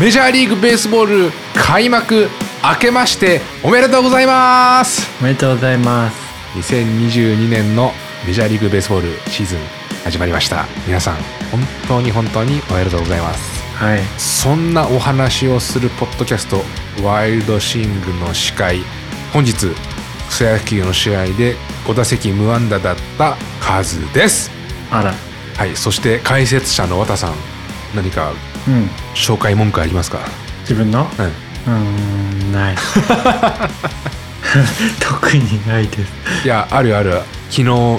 メジャーリーグベースボール開幕明けましておめでとうございますおめでとうございます2022年のメジャーリーグベースボールシーズン始まりました皆さん本当に本当におめでとうございますはいそんなお話をするポッドキャストワイルドシングの司会本日草野球の試合で5打席無安打だったカズですあらはいそして解説者の綿さん何かうん紹介文句ありますか、自分うのんうーんない 特にないですいやあるよあるよ昨日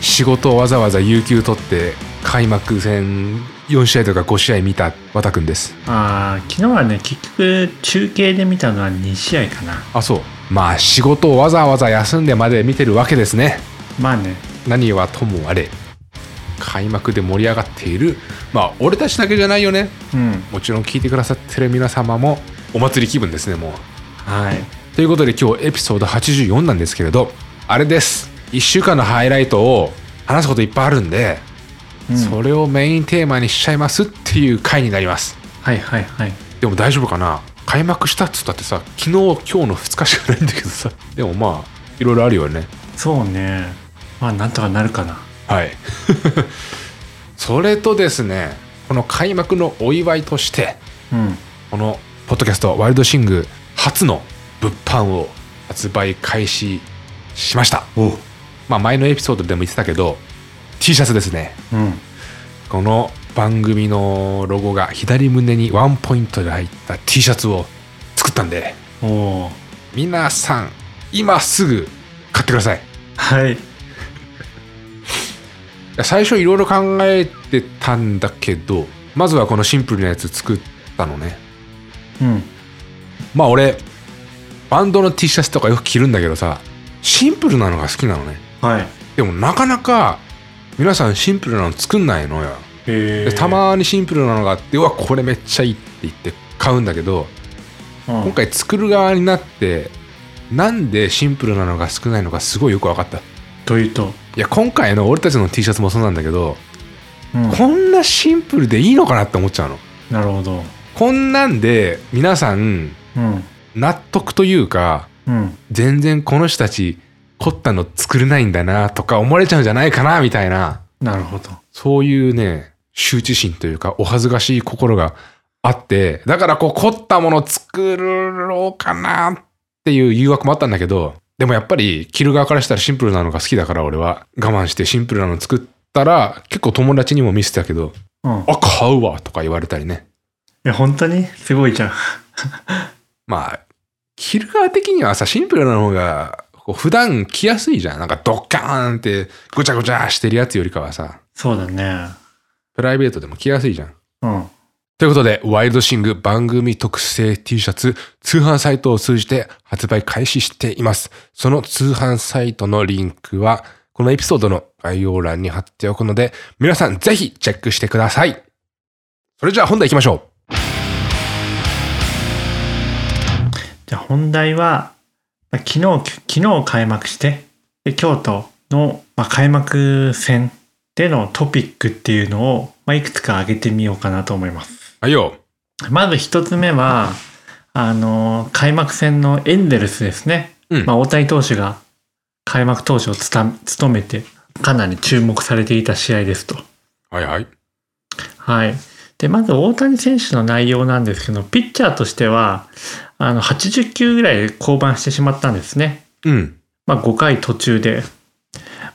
仕事をわざわざ有給取って開幕戦4試合とか5試合見た和田君ですああ昨日はね結局中継で見たのは2試合かなあそうまあ仕事をわざわざ休んでまで見てるわけですねまあね何はともあれ開幕で盛り上がっているまあ俺たちだけじゃないよねうんもちろん聞いてくださってる皆様もお祭り気分ですねもうはいということで今日エピソード84なんですけれどあれです1週間のハイライトを話すこといっぱいあるんで、うんそれをメインテーマにしちゃいますっていう回になりますはいはいはいでも大丈夫かな開幕したっつったってさ昨日今日の2日しかないんだけどさでもまあいろいろあるよねそうねまあなんとかなるかなはい それとですねこの開幕のお祝いとしてうんこのポッドキャストワイルドシング初の物販を発売開始しましたおまあ、前のエピソードでも言ってたけど T シャツですねうんこの番組のロゴが左胸にワンポイントで入った T シャツを作ったんでおお皆さん今すぐ買ってくださいいはいや最初いろいろ考えてたんだけどまずはこのシンプルなやつ作ったのねうんまあ俺バンドの T シャツとかよく着るんだけどさシンプルなのが好きなのねはいでもなかなか皆さんシンプルなの作んないのよへでたまにシンプルなのがあってうわこれめっちゃいいって言って買うんだけどうん今回作る側になってなんでシンプルなのが少ないのかすごいよく分かったいというと、や今回の俺たちの T シャツもそうなんだけどうんこんなシンプルでいいのかなって思っちゃうのなるほどこんなんで皆さんうん納得というかうん全然この人たち凝ったの作れないんだなとか思われちゃうんじゃないかなみたいななるほどそういうね、羞恥心というか、お恥ずかしい心があって、だからこう、凝ったものを作ろうかなっていう誘惑もあったんだけど、でもやっぱり、着る側からしたらシンプルなのが好きだから、俺は。我慢してシンプルなの作ったら、結構友達にも見せてたけど、うんあ、買うわとか言われたりね。え本当にすごいじゃんまあ、着る側的にはさ、シンプルな方が、こう普段着やすいじゃん。なんかドッカーンって、ごちゃごちゃしてるやつよりかはさ、そうだねプライベートでも着やすいじゃん。うんということで、ワイルドシング番組特製 T シャツ、通販サイトを通じて発売開始しています。その通販サイトのリンクは、このエピソードの概要欄に貼っておくので、皆さんぜひチェックしてください。それじゃあ本題行きましょじゃあ本題はまあ昨日き昨日開幕してで京都の、まあ、開幕戦でのトピックっていうのを、まあ、いくつか挙げてみようかなと思いますう。はいよ。まず一つ目はあの開幕戦のエンゼルスですね、うんまあ、大谷投手が開幕投手をつた務めてかなり注目されていた試合ですとはいはい。はい。で、まず大谷選手の内容なんですけど、ピッチャーとしては、あの、80球ぐらいで降板してしまったんですね。うん。まあ、5回途中で。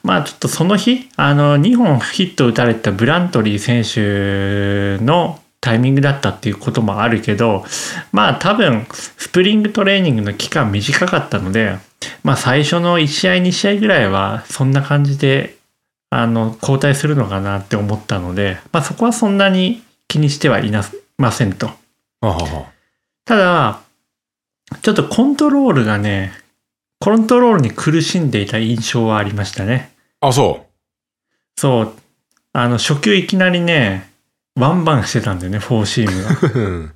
まあ、ちょっとその日、あの、2本ヒット打たれたブラントリー選手のタイミングだったっていうこともあるけど、まあ、多分、スプリングトレーニングの期間短かったので、まあ、最初の1試合、2試合ぐらいは、そんな感じで、あの、交代するのかなって思ったので、まあ、そこはそんなに気にしてはいなませんと。あはは。ただ、ちょっとコントロールがね、コントロールに苦しんでいた印象はありましたね。あ、そそう。あの、初球いきなりね、ワンバンしてたんだよね、フォーシームが。 う。うん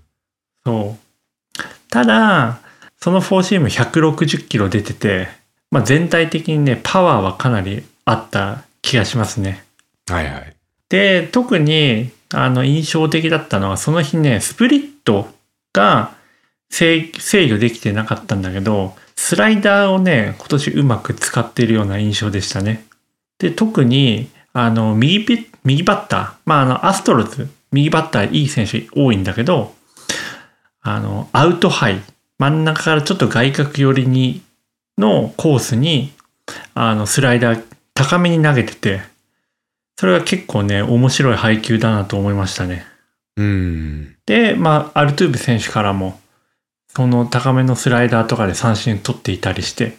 そう。ただ、そのフォーシーム160キロ出てて、まあ、全体的にね、パワーはかなりあった気がしますね。はいはい。で、特に、あの、印象的だったのは、その日ね、スプリットが制制御できてなかったんだけど、スライダーをね、今年うまく使っているような印象でしたね。で、特に、あの、右ピッ右バッター、まあ、あの、アストロズ、右バッターいい選手多いんだけど、あの、アウトハイ、真ん中からちょっと外角寄りにのコースに、あの、スライダー高めに投げてて、それが結構ね、面白い配球だなと思いましたね。うん。で、まあ、アルトゥーブ選手からも、その高めのスライダーとかで三振取っていたりして、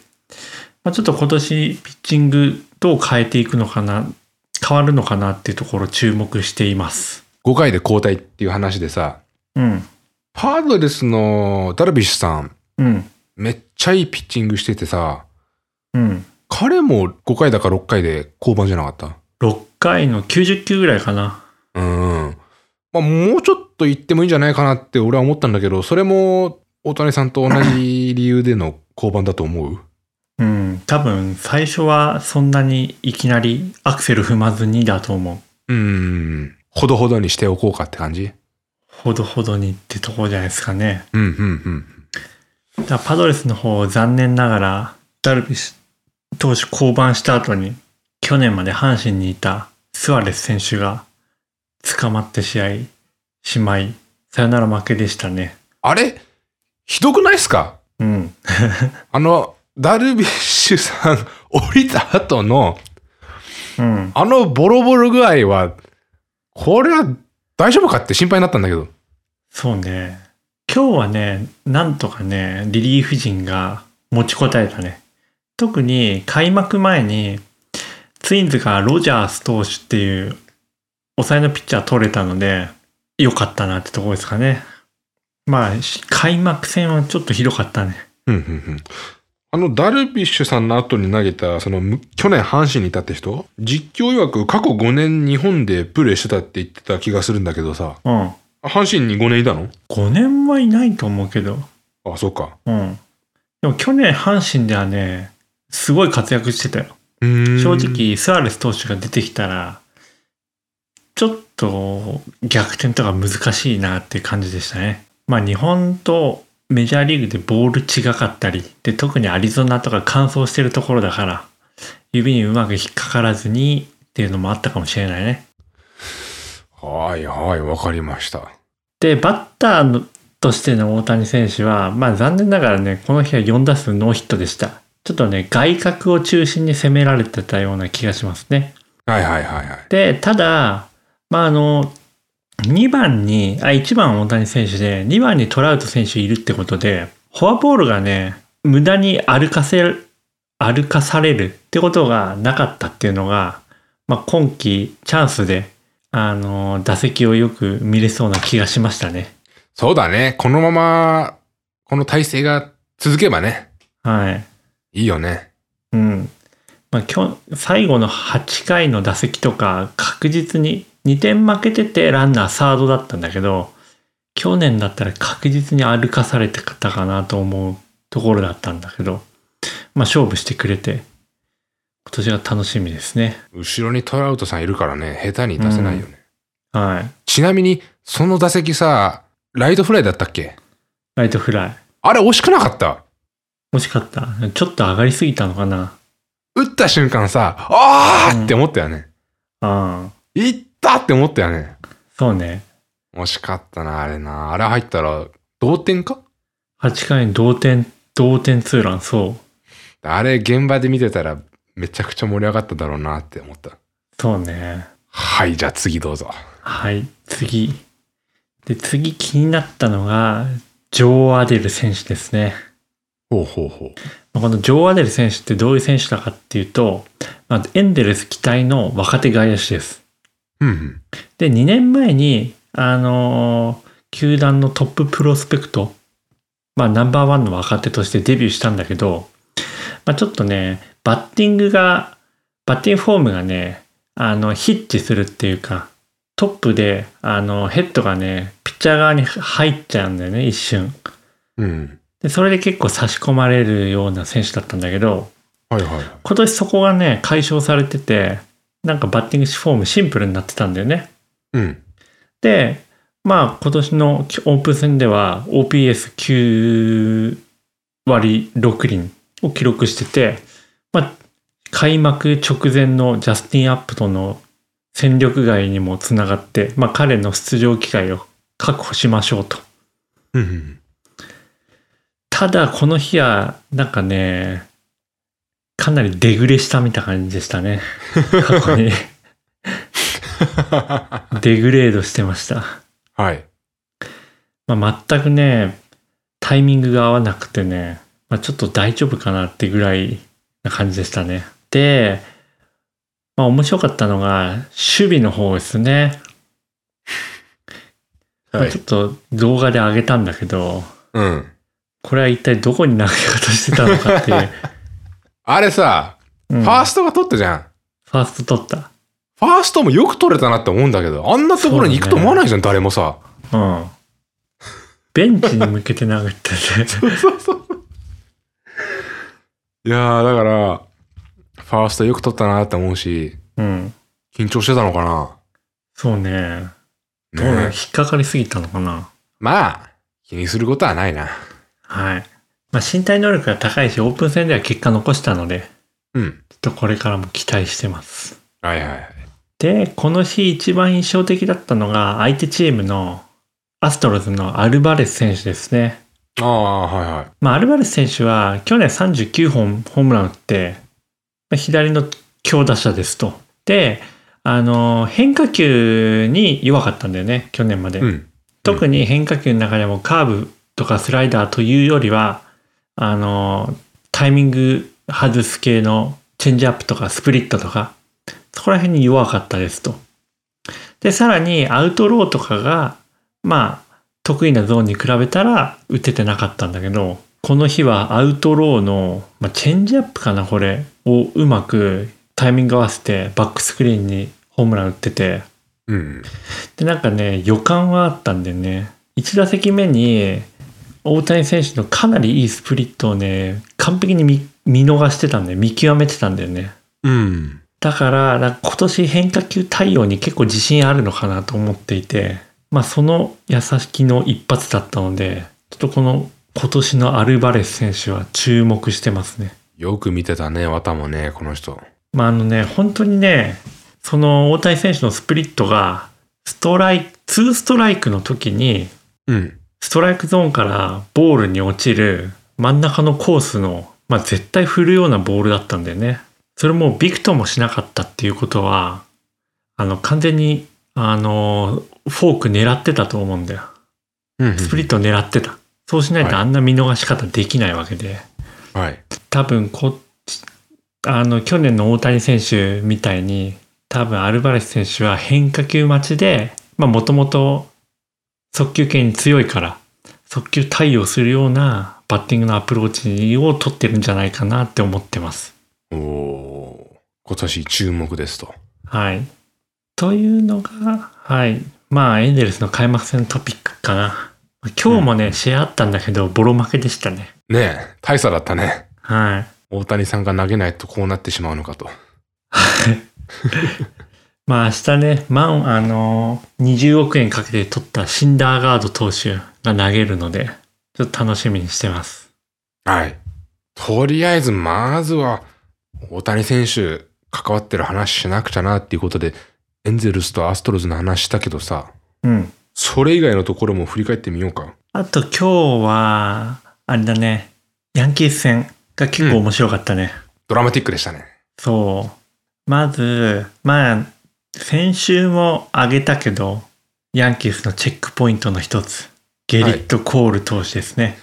まあ、ちょっと今年ピッチングどう変えていくのかな、変わるのかなっていうところ注目しています。 5回で交代っていう話でさ、うん、パードレスのダルビッシュさん、うん、めっちゃいいピッチングしててさ、うん。彼も5回だか6回で降板じゃなかった6回の90球ぐらいかな。うんうん。まあ、もうちょっと言ってもいいんじゃないかなって俺は思ったんだけど、それも大谷さんと同じ理由での降板だと思ううん、多分最初はそんなにいきなりアクセル踏まずにだと思う。うん。ほどほどにしておこうかって感じほどほどにってところじゃないですかね。うんうんうん。だからパドレスの方、残念ながら、ダルビッシュ投手降板した後に、去年まで阪神にいたスアレス選手が捕まって試合しまい、さよなら負けでしたね。あれひどくないっすかうん。あの、ダルビッシュさん降りた後のうん。あのボロボロ具合は、これは大丈夫かって心配になったんだけど。そうね。今日はね、なんとかね、リリーフ陣が持ちこたえたね。特に開幕前に、ツインズがロジャース投手っていう抑えのピッチャー取れたので、良かったなってところですかね。まあ、し開幕戦はちょっとひどかったね。うんうんうん。あの、ダルビッシュさんの後に投げた、その、む去年阪神にいたって人実況曰く過去5年日本でプレーしてたって言ってた気がするんだけどさ、うん。阪神に5年いたの5年はいないと思うけど。あ、そうか。うん。でも去年阪神ではね、すごい活躍してたよ。うーん正。直、スアレス投手が出てきたら、ちょっと逆転とか難しいなっていう感じでしたね。まあ、日本とメジャーリーグでボール違かったり、で、特にアリゾナとか乾燥してるところだから、指にうまく引っかからずにっていうのもあったかもしれないね。はいはい、わかりました。で、バッターのとしての大谷選手は、まあ残念ながらね、この日は4打数ノーヒットでした。ちょっとね、外角を中心に攻められてたような気がしますね。はいはいはいはい。で、ただ、まあ、あの、2番に、あ、1番大谷選手で、2番にトラウト選手いるってことで、フォアボールがね、無駄に歩かせる、歩かされるってことがなかったっていうのが、まあ、今季チャンスで、あの、打席をよく見れそうな気がしましたね。そうだね。このまま、この体制が続けばね、はい。いいよね。うん。まあ、今日、最後の8回の打席とか、確実に2点負けててランナーサードだったんだけど、去年だったら確実に歩かされてたかなと思うところだったんだけど、まあ、勝負してくれて、今年は楽しみですね。後ろにトラウトさんいるからね、下手に出せないよね。はい。ちなみに、その打席さ、ライトフライだったっけライトフライ。あれ惜しくなかった惜しかった。ちょっと上がりすぎたのかな。打った瞬間さ、あーって思ったよね。うん。いったって思ったよね。そうね。惜しかったな、あれな。あれ入ったら、同点か8回に同点、同点ツーラン、そう。あれ、現場で見てたら、めちゃくちゃ盛り上がっただろうなって思った。そうね。はい、じゃあ次どうぞ。はい、次。で、次気になったのが、ジョー・アデル選手ですね。ほうほうほう。まあこのジョー・アデル選手ってどういう選手だかっていうと、まあ、エンデルス期待の若手外野手です。うんうん。で、2年前に、あのー球団のトッププロスペクト、まあ、ナンバーワンの若手としてデビューしたんだけど、まあ、ちょっとね、バッティングが、バッティングフォームがね、あの、ヒッチするっていうか、トップで、あの、ヘッドがね、ピッチャー側に入っちゃうんだよね、一瞬。うん。で、それで結構差し込まれるような選手だったんだけど、はいはい。今年そこがね、解消されてて、なんかバッティングフォームシンプルになってたんだよね。うん。で、まあ今年のオープン戦では OPS9 割6厘を記録してて、まあ、開幕直前のジャスティン・アップとの戦力外にもつながって、まあ、彼の出場機会を確保しましょうと。うんうん。ただこの日はなんかねかなりデグレしたみたいな感じでしたね過去にデグレードしてました、はい。まあ、全くねタイミングが合わなくてね、まあ、ちょっと大丈夫かなってぐらいな感じでしたねでまあ面白かったのが守備の方ですね、まはあいちょっ。と動画で上げたんだけどうん。これは一体どこに投げ方してたのかっ ていう、あれさ、うんファーストが取ったじゃん。ファースト取ったファーストもよく取れたなって思うんだけど、あんなところに行くと思わないじゃん、誰もさ。うん。ベンチに向けて 殴ってて。いやー、だから、ファーストよく取ったなって思うし、うん。緊張してたのかそうね。どな。うなのね引っかかりすぎたのかな。まあ、気にすることはないな。はい。まあ、身体能力が高いし、オープン戦では結果残したので、うん。ちょっとこれからも期待してます。はいはいはい。で、この日一番印象的だったのが、相手チームのアストロズのアルバレス選手ですね。ああ、はいはい。まあ、アルバレス選手は去年39本ホームラン打って、まあ左の強打者ですと。で、あの変化球に弱かったんだよね、去年まで。うん。特に変化球の中でもカーブとかスライダーというよりは、あのタイミング外す系のチェンジアップとかスプリットとか、そこら辺に弱かったですと。で、さらにアウトローとかが、まあ、得意なゾーンに比べたら打ててなかったんだけど、この日はアウトローの、まあ、チェンジアップかな、これ、をうまくタイミング合わせてバックスクリーンにホームラン打ってて、うん。でなんかね予感はあったんだよね1打席目に大谷選手のかなりいいスプリットをね完璧に見見逃してたんだよ見極めてたんだよねうん。だからなんか今年変化球対応に結構自信あるのかなと思っていてまあその矢先の一発だったのでちょっとこの今年のアルバレス選手は注目してますねよく見てたね、綿もね、この人。まああのね、本当にね、その大谷選手のスプリットが、ストライク、ツーストライクの時に、うん。ストライクゾーンからボールに落ちる真ん中のコースの、まあ絶対振るようなボールだったんだよね。それもビクともしなかったっていうことは、あの、完全に、あの、フォーク狙ってたと思うんだよ。うん。スプリット狙ってた。そうしないとあんな見逃し方できないわけで。はい。多分こっちあの去年の大谷選手みたいに多分アルバレス選手は変化球待ちでもともと速球系に強いから速球対応するようなバッティングのアプローチを取ってるんじゃないかなって思ってます。おおー。今年注目ですと。はい、というのが、はい、まあエンゼルスの開幕戦のトピックかな。今日もね、試合あったんだけどボロ負けでしたね。ねえ、大差だったね。はい大谷さんが投げないとこうなってしまうのかと。まあ明日ね、マン、あのー20億円かけて取ったシンダーガード投手が投げるので、ちょっと楽しみにしてます。はい。とりあえず、まずは、大谷選手、関わってる話しなくちゃなっていうことで、エンゼルスとアストロズの話したけどさ、うん。それ以外のところも振り返ってみようか。あと今日は、あれだね、ヤンキース戦が結構面白かったね。ドラマティックでしたね。そう。まず、まあ、先週も挙げたけど、ヤンキースのチェックポイントの一つ、ゲリット・コール投手ですね。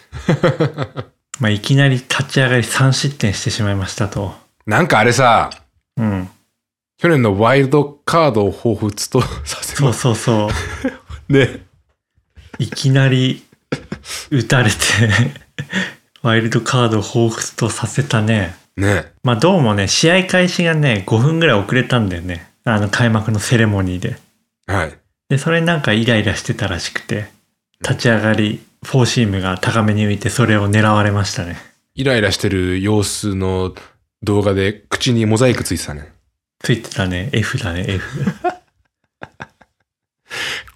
まあ、いきなり立ち上がり3失点してしまいましたと。なんかあれさ、うん。去年のワイルドカードを彷彿とさせそまうすそうそう。ね。いきなり打たれて ワイルドカードを彷彿とさせたね。ね。まあどうもね、試合開始がね、5分ぐらい遅れたんだよね。あの開幕のセレモニーで。はい。で、それになんかイライラしてたらしくて、立ち上がり、フォーシームが高めに浮いてそれを狙われましたね。イライラしてる様子の動画で口にモザイクついてたね。ついてたね、F だね、F。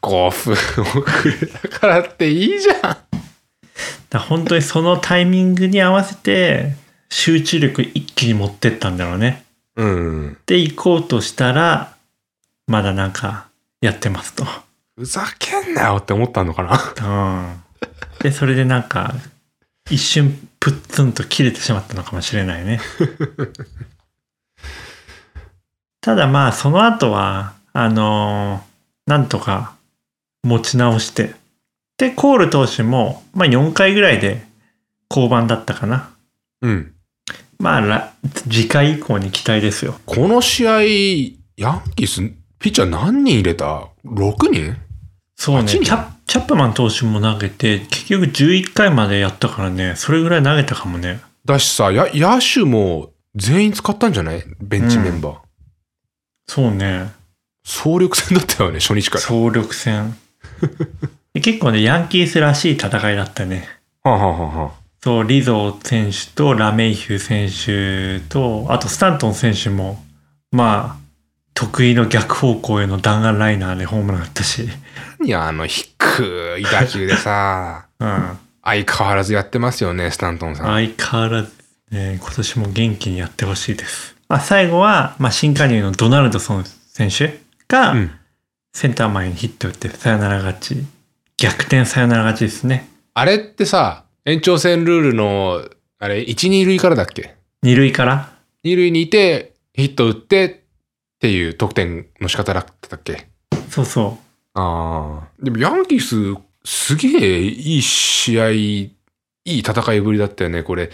5分遅れたからっていいじゃん。だから本当にそのタイミングに合わせて集中力一気に持ってったんだろうね。うん。で行こうとしたらまだなんかやってますと。ふざけんなよって思ったのかな。うん、でそれでなんか一瞬プッツンと切れてしまったのかもしれないね。 ただまあその後はあのーなんとか持ち直してでコール投手も、まあ、4回ぐらいで降板だったかな。うん。まあら次回以降に期待ですよ。この試合、ヤンキース、ピッチャー何人入れた ?6 人そうねチ8人ャッチャップマン投手も投げて結局11回までやったからねそれぐらい投げたかもね。だしさ、や野手も全員使ったんじゃないベンチメンバー。そうね総力戦だったよね、初日から。総力戦 で結構ねヤンキースらしい戦いだったねはあ、はあはあはあ、そうリゾー選手とラメイヒュー選手とあとスタントン選手もまあ得意の逆方向への弾丸ライナーでホームラン打ったし、いや、あの、低い打球でさ、 うん、相変わらずやってますよね、スタントンさん。相変わらず、ね、今年も元気にやってほしいです、まあ、最後は、まあ、新加入のドナルドソン選手がうん。センター前にヒット打ってサヨナラ勝ち逆転サヨナラ勝ちですねあれってさ、延長戦ルールの、あれ、1、2塁からだっけ二塁から2塁にいて、ヒット打ってっていう得点の仕方だったっけそうそうああ。でもヤンキース、すげえいい試合、いい戦いぶりだったよね、これ。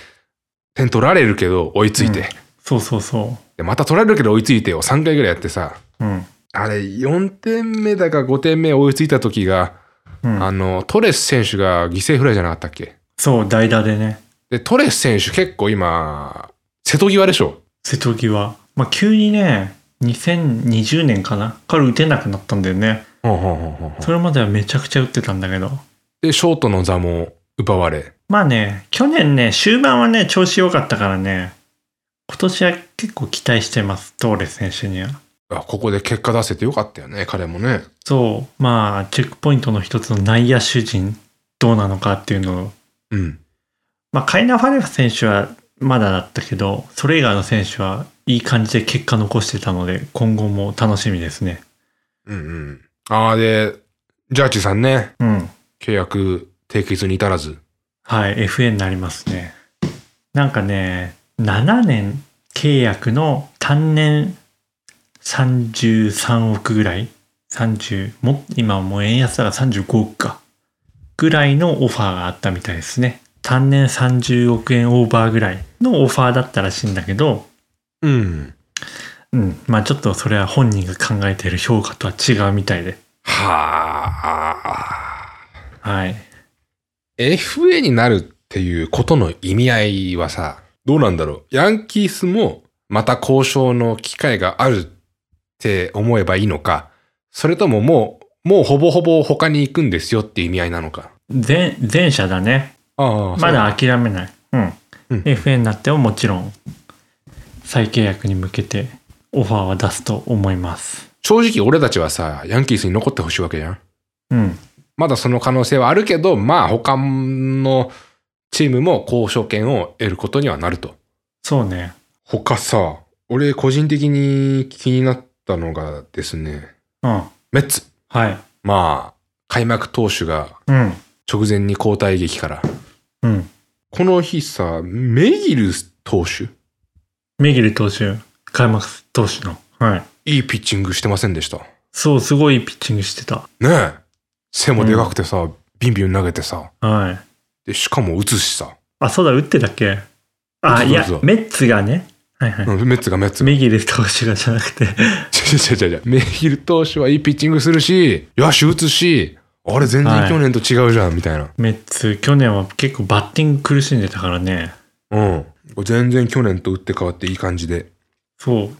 点取られるけど追いついて。うんそうそうそでまた取られるけど追いついてを3回ぐらいやってさ、う。うん。あれ、4点目だか5点目追いついた時が、うんあの、トレス選手が犠牲フライじゃなかったっけそう、代打でね。で、トレス選手結構今、瀬戸際でしょ瀬戸際。まあ、急にね、2020年かなから打てなくなったんだよね。それまではめちゃくちゃ打ってたんだけど。で、ショートの座も奪われ。まあね、去年ね、終盤はね、調子良かったからね、今年は結構期待してます、トーレス選手には。あここで結果出せてよかったよね、彼もね。そう、まあ、チェックポイントの一つの内野手陣、どうなのかっていうのを、うん。まあ、カイナ・ファレファ選手はまだだったけど、それ以外の選手はいい感じで結果残してたので、今後も楽しみですね。うんうん。ああ、で、ジャッジさんね、うん。契約締結に至らず。はい、FA になりますね。なんかね、7年契約の単年33億ぐらい ?30、も、今はもう円安だから35億か。ぐらいのオファーがあったみたいですね。単年30億円オーバーぐらいのオファーだったらしいんだけど、うん。うん、まあちょっとそれは本人が考えている評価とは違うみたいで。はあ。はい。 FA になるっていうことの意味合いはさ、どうなんだろう。ヤンキースもまた交渉の機会があるって思えばいいのか、それとももう、もうほぼほぼ他に行くんですよっていう意味合いなのか。前、前者だね。ああ、まだ諦めない。うん。うん FA になってももちろん、再契約に向けてオファーは出すと思います。正直俺たちはさ、ヤンキースに残ってほしいわけじゃん。うん。まだその可能性はあるけど、まあ他のチームも交渉権を得ることにはなると。そうね。他さ、俺個人的に気になったのがですね、うん。メッツ。はい。まあ、開幕投手がうん。直前に交代劇から。うん。この日さ、メギル投手メギル投手、開幕投手の。はい。いいピッチングしてませんでした。そう、すごいピッチングしてた。ねえ。背もでかくてさ、ビンビン投げてさ。はい。で、しかも打つしさ。あ、そうだ、打ってたっけあ、そういそうやそう、メッツがね。はいはい。うんメッツがメッツが。メギル投手がじゃなくて。違う違う違う違う。メギル投手はいいピッチングするし、野手打つし、あれ全は然い去年と違うじゃん、みたいな。メッツ、去年は結構バッティング苦しんでたからね。うん。これ全然去年と打って変わっていい感じで。そう。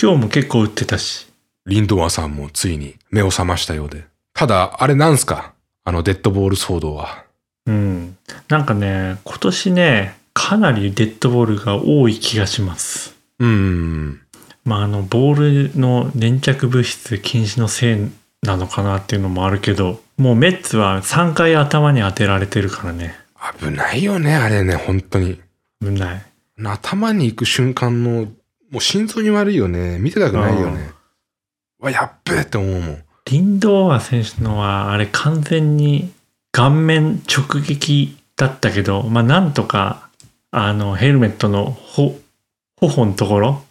今日も結構打ってたし。リンドワさんもついに目を覚ましたようで。ただ、あれなんすかあのデッドボール騒動は。うん。なんかね、今年ね、かなりデッドボールが多い気がします。うん。まあ、あの、ボールの粘着物質禁止のせいなのかなっていうのもあるけど、もうメッツは3回頭に当てられてるからね。危ないよね、あれね、本当に。危ない。頭に行く瞬間の、もう心臓に悪いよね。見てたくないよね。うわ、やっべえって思うもん。リンドーア選手のは、あれ完全に顔面直撃だったけど、まあなんとか、あの、ヘルメットのほ、頬のところ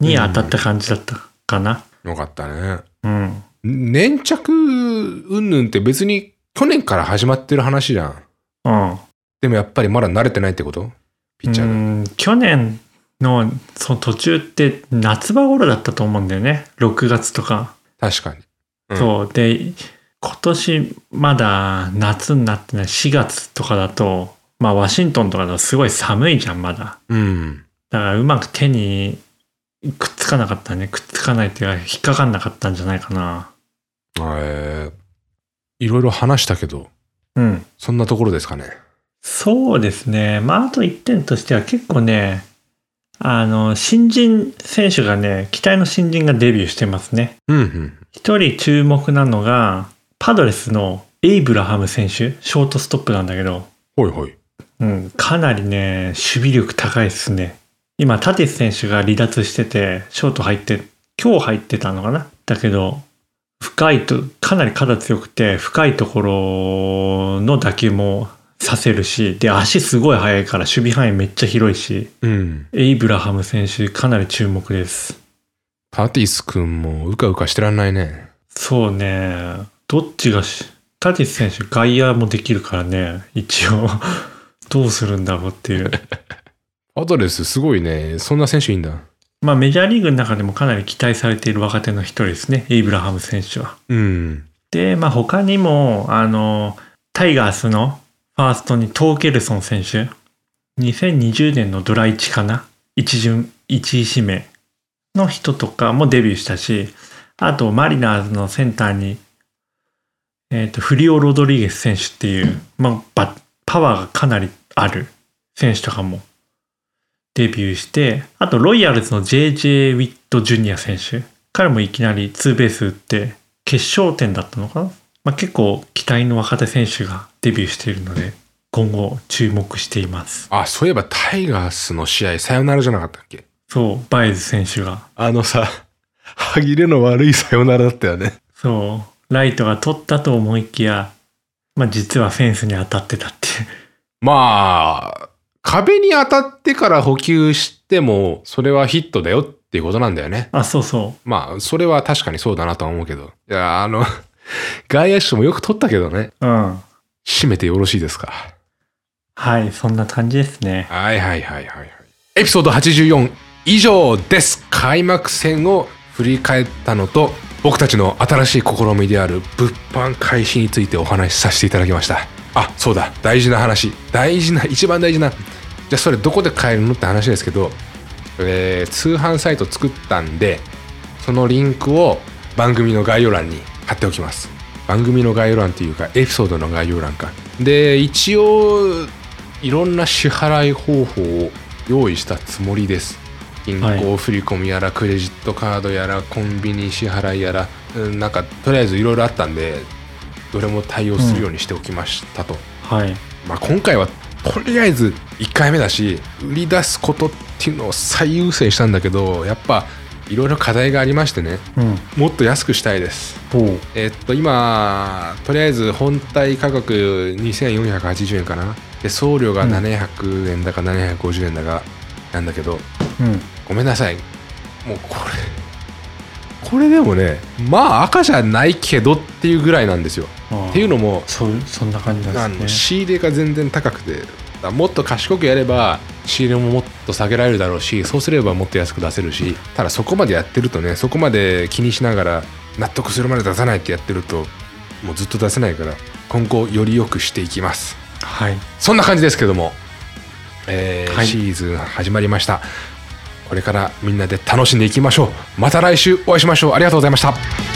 に当たった感じだったかな。よかったね。うん。粘着云々って別に去年から始まってる話じゃん。うん。でもやっぱりまだ慣れてないってことピッチャーうが。ん去年のその途中って夏場頃だったと思うんだよね6月とか、確かに。うんそうで今年まだ夏になってない4月とかだとまあワシントンとかだとすごい寒いじゃんまだうん。だからうまく手にくっつかなかったねくっつかないっていうか引っかかんなかったんじゃないかなえーいろいろ話したけど、うんそんなところですかね。そうですね。まあ、あと1点としては結構ね、あの、新人選手がね、期待の新人がデビューしてますね。うんうん。一人注目なのが、パドレスのエイブラハム選手、ショートストップなんだけど、ほいほい。うん、かなりね、守備力高いですね。今、タティス選手が離脱してて、ショート入って、今日入ってたのかなだけど、深いと、かなり肩強くて、深いところの打球もさせるし、で、足すごい速いから守備範囲めっちゃ広いし、うん。エイブラハム選手かなり注目です。タティス君もうかうかしてらんないね。そうね、どっちがし、タティス選手外野もできるからね、一応、どうするんだろうっていう。アドレスすごいね。そんな選手いいんだ。まあメジャーリーグの中でもかなり期待されている若手の一人ですね、エイブラハム選手は。うん。で、まあ他にも、あの、タイガースのファーストにトーケルソン選手、2020年のドラ1かな、一巡、一位指名の人とかもデビューしたし、あとマリナーズのセンターに、えっ、と、フリオ・ロドリゲス選手っていう、まあバッ、パワーがかなりある選手とかもデビューして、あとロイヤルズの JJ ・ウィット・ジュニア選手。彼もいきなりツーベース打って、決勝点だったのかな、まあ、結構期待の若手選手がデビューしているので、今後注目しています。あ、そういえばタイガースの試合、さよならじゃなかったっけそう、バイズ選手が。あのさ、歯切れの悪いさよならだったよね。そう、ライトが取ったと思いきや、まあ実はフェンスに当たってたっていう。まあ、壁に当たってから補給しても、それはヒットだよっていうことなんだよね。あ、そうそう。まあ、それは確かにそうだなとは思うけど。いや、あの、外野手もよく取ったけどね。うん。締めてよろしいですか。はい、そんな感じですね。はいはいはいはいはい。エピソード84以上です。開幕戦を振り返ったのと、僕たちの新しい試みである物販開始についてお話しさせていただきました。あ、そうだ。大事な話。大事な、一番大事な。じゃあそれどこで買えるのって話ですけど、えー通販サイト作ったんで、そのリンクを番組の概要欄に貼っておきます。番組の概要欄というか、エピソードの概要欄か。で、一応、いろんな支払い方法を用意したつもりです。銀行振込やら、クレジットカードやら、コンビニ支払いやら、うんなんか、とりあえずいろいろあったんで、どれも対応するようにしておきましたと。はい。まあ、今回はとりあえず1回目だし売り出すことっていうのを最優先したんだけどやっぱいろいろ課題がありましてねうん。もっと安くしたいですほう。えっと今とりあえず本体価格2480円かなで送料が700円だか750円だかなんだけどうん。ごめんなさいもうこれこれでもねまあ赤じゃないけどっていうぐらいなんですよああっていうのもそうそんな感じなあんのです仕入れが全然高くてだからもっと賢くやれば仕入れももっと下げられるだろうしそうすればもっと安く出せるしただそこまでやってるとねそこまで気にしながら納得するまで出さないってやってるともうずっと出せないから今後より良くしていきますね。はい。そんな感じですけども、えーはいシーズン始まりましたこれからみんなで楽しんでいきましょうまた来週お会いしましょうありがとうございました